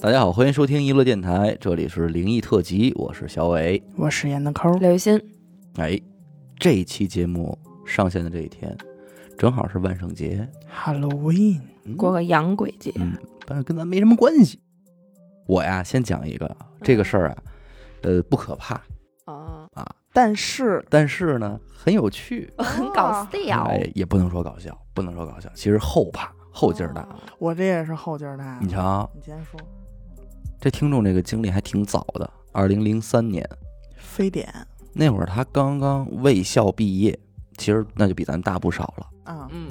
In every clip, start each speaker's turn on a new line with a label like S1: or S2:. S1: 大家好，欢迎收听娱乐电台，这里是灵异特辑，我是小伟。
S2: 我是演的
S1: 嗯
S2: 抠儿，
S3: 刘雨欣，
S1: 哎，这一期节目上线的这一天，正好是万圣节，
S2: Halloween，
S1: 嗯
S3: 过个洋鬼节，
S1: 嗯，但是跟咱没什么关系。我呀，先讲一个啊这个事儿啊，呃，不可怕，
S3: 啊，
S2: 但是
S1: 但是呢，很有趣。
S3: 很搞笑，
S1: 哎，也不能说搞笑，不能说搞笑，其实后怕，后劲儿大。
S3: 哦，
S2: 我这也是后劲儿大。啊
S1: 你，瞧，
S2: 你先说，
S1: 这听众这个经历还挺早的，二零零三年
S2: 非典
S1: 那会儿，他刚刚卫校毕业，其实那就比咱大不少了。
S2: 啊，
S3: 嗯，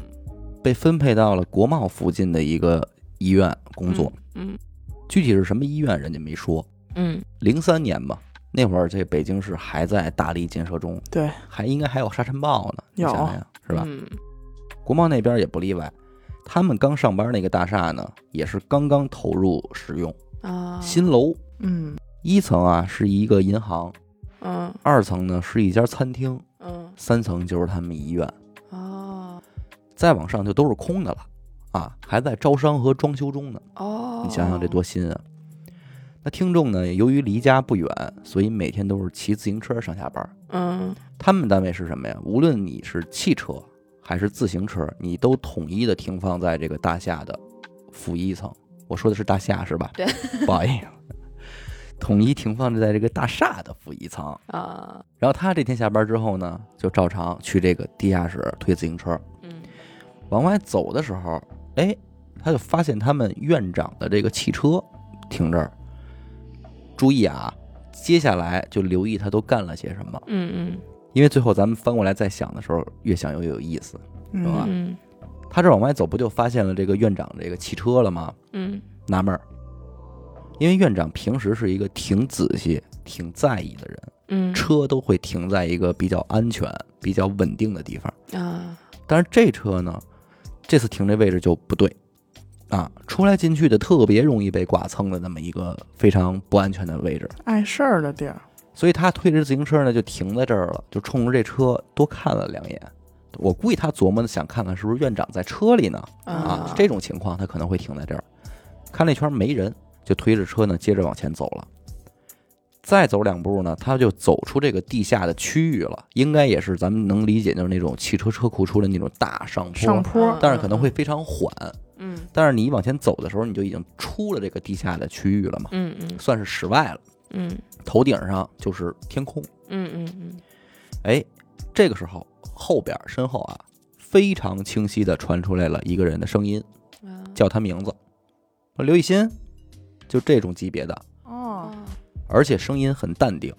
S1: 被分配到了国贸附近的一个医院工作，
S3: 嗯，
S1: 具体是什么医院人家没说。
S3: 嗯
S1: 零三年吧，那会儿这北京市还在大力建设中，
S2: 对，
S1: 还应该还有沙尘暴呢，你
S2: 有
S1: 想想是吧？
S3: 嗯
S1: 国贸那边也不例外，他们刚上班那个大厦呢，也是刚刚投入使用，
S3: 啊，
S1: 新楼。
S2: 嗯，
S1: 一层啊是一个银行，
S3: 嗯
S1: 二层呢是一家餐厅，
S3: 嗯
S1: 三层就是他们医院，
S3: 哦
S1: 再往上就都是空的了，啊，还在招商和装修中呢。
S3: 哦，
S1: 你想想这多新啊！那听众呢，由于离家不远，所以每天都是骑自行车上下班。
S3: 嗯
S1: 他们单位是什么呀？无论你是汽车还是自行车，你都统一的停放在这个大厦的负一层。我说的是大厦是吧？
S3: 对，
S1: 不好意思，统一停放在这个大厦的负一层。
S3: 啊，
S1: 然后他这天下班之后呢，就照常去这个地下室推自行车。
S3: 嗯
S1: 往外走的时候，哎，他就发现他们院长的这个汽车停这儿。注意啊，接下来就留意他都干了些什么，
S3: 嗯
S1: 因为最后咱们翻过来再想的时候，越想越有意思。
S2: 嗯
S1: 是吧
S3: 嗯
S1: 他这往外走，不就发现了这个院长这个汽车了吗？
S3: 嗯
S1: 纳闷儿，因为院长平时是一个挺仔细、挺在意的人，
S3: 嗯
S1: 车都会停在一个比较安全、比较稳定的地方。
S3: 啊，
S1: 但是这车呢，这次停这位置就不对啊，出来进去的特别容易被剐蹭的那么一个非常不安全的位置，
S2: 碍事儿的地儿，
S1: 所以他推着自行车呢就停在这儿了，就冲着这车多看了两眼。我估计他琢磨的想看看是不是院长在车里呢啊
S3: 啊，
S1: 这种情况他可能会停在这儿，看了一圈没人，就推着车呢接着往前走了。再走两步呢，他就走出这个地下的区域了，应该也是咱们能理解，就是那种汽车车库出的那种大上坡，
S2: 上坡
S3: 嗯
S1: 但是可能会非常缓。
S3: 嗯
S1: 但是你往前走的时候，你就已经出了这个地下的区域了嘛，
S3: 嗯嗯
S1: 算是室外了。
S3: 嗯
S1: 头顶上就是天空。
S3: 嗯嗯
S1: 哎，这个时候后边身后啊，非常清晰的传出来了一个人的声音，
S3: 嗯，
S1: 叫他名字，刘雨欣，就这种级别的，
S2: 哦，
S1: 啊而且声音很淡定，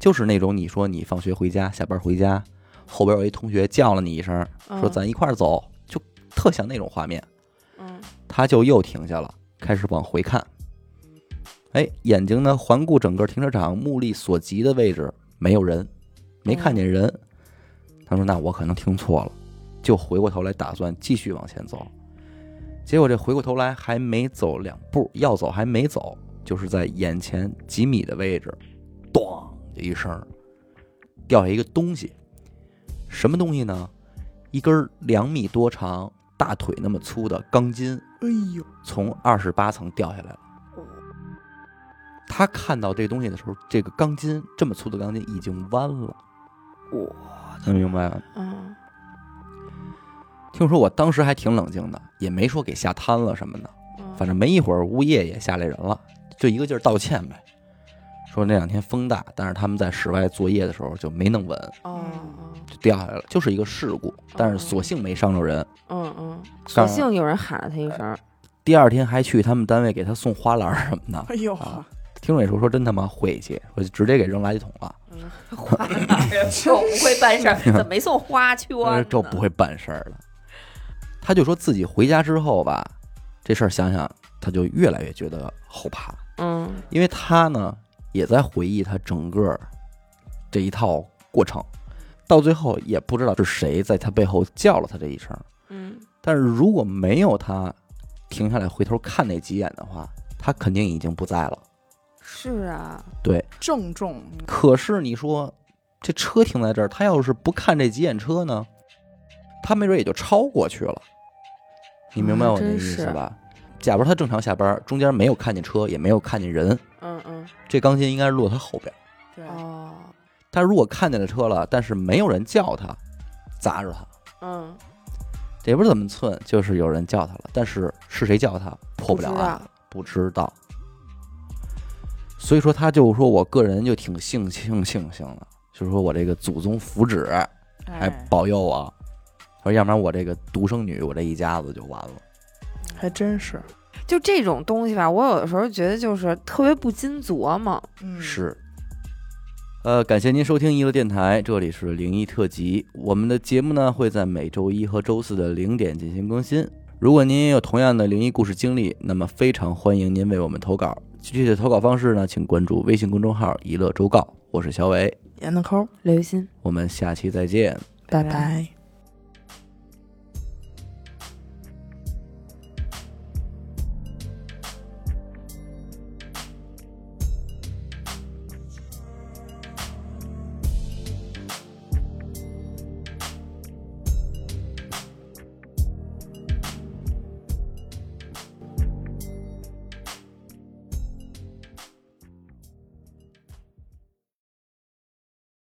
S1: 就是那种你说你放学回家、下班回家，后边有一同学叫了你一声，说咱一块儿走，就特像那种画面。
S3: 嗯
S1: 他就又停下了，开始往回看。哎，眼睛呢环顾整个停车场，目力所及的位置没有人，没看见人。他说：“那我可能听错了。”就回过头来打算继续往前走。结果这回过头来还没走两步，要走还没走，就是在眼前几米的位置，咣的一声儿，掉下一个东西。什么东西呢？一根儿两米多长、大腿那么粗的钢筋。
S2: 哎呦，
S1: 从二十八层掉下来了。他看到这东西的时候，这个钢筋这么粗的钢筋已经弯了，
S3: 我
S1: 能明白吗？
S3: 嗯
S1: 听说我当时还挺冷静的，也没说给吓瘫了什么的。
S3: 嗯
S1: 反正没一会儿，物业也下来人了，就一个劲儿道歉呗，说那两天风大，但是他们在室外作业的时候就没弄稳，
S3: 哦
S1: 就掉下来了，就是一个事故，但是所幸没伤着人。
S3: 嗯嗯，索性有人喊了他一声，
S1: 第二天还去他们单位给他送花篮儿什么的。
S2: 哎呦，
S1: 啊听众也说说真他妈晦气，我就直接给扔垃圾桶了。
S3: 嗯花呀，就不会办事儿，怎么没送花圈
S1: 呃
S3: 呢？
S1: 这不会办事儿了。他就说自己回家之后吧，这事儿想想他就越来越觉得后怕，
S3: 嗯
S1: 因为他呢也在回忆他整个这一套过程，到最后也不知道是谁在他背后叫了他这一声。
S3: 嗯
S1: 但是如果没有他停下来回头看那几眼的话，他肯定已经不在了。
S3: 是啊，
S1: 对，
S2: 正中，
S1: 可是你说这车停在这儿，他要是不看这几眼车呢，啊他没准也就超过去了。你明白我那意思吧？假如他正常下班，中间没有看见车，也没有看见人，
S3: 嗯嗯，
S1: 这钢筋应该是落他后边。
S3: 对，嗯
S2: 哦，
S1: 他如果看见了车了，但是没有人叫他，砸着他，
S3: 嗯，
S1: 这也不是怎么寸，就是有人叫他了，但是是谁叫他破不了案，
S2: 知道
S1: 不知道。所以说，他就说我个人就挺庆幸庆幸的，就是说我这个祖宗福祉还
S2: 哎，
S1: 保佑我。他说，要不然我这个独生女，我这一家子就完了。
S2: 还真是，
S3: 就这种东西吧，我有的时候觉得就是特别不禁琢磨。
S2: 嗯，
S1: 是。呃，感谢您收听娱乐电台，这里是灵异特辑。我们的节目呢会在每周一和周四的零点进行更新。如果您也有同样的灵异故事经历，那么非常欢迎您为我们投稿。具体的投稿方式呢，请关注微信公众号“一乐周告”。我是小伟，
S2: 闫德抠，
S3: 刘雨欣，
S1: 我们下期再见。
S3: 拜
S2: 拜。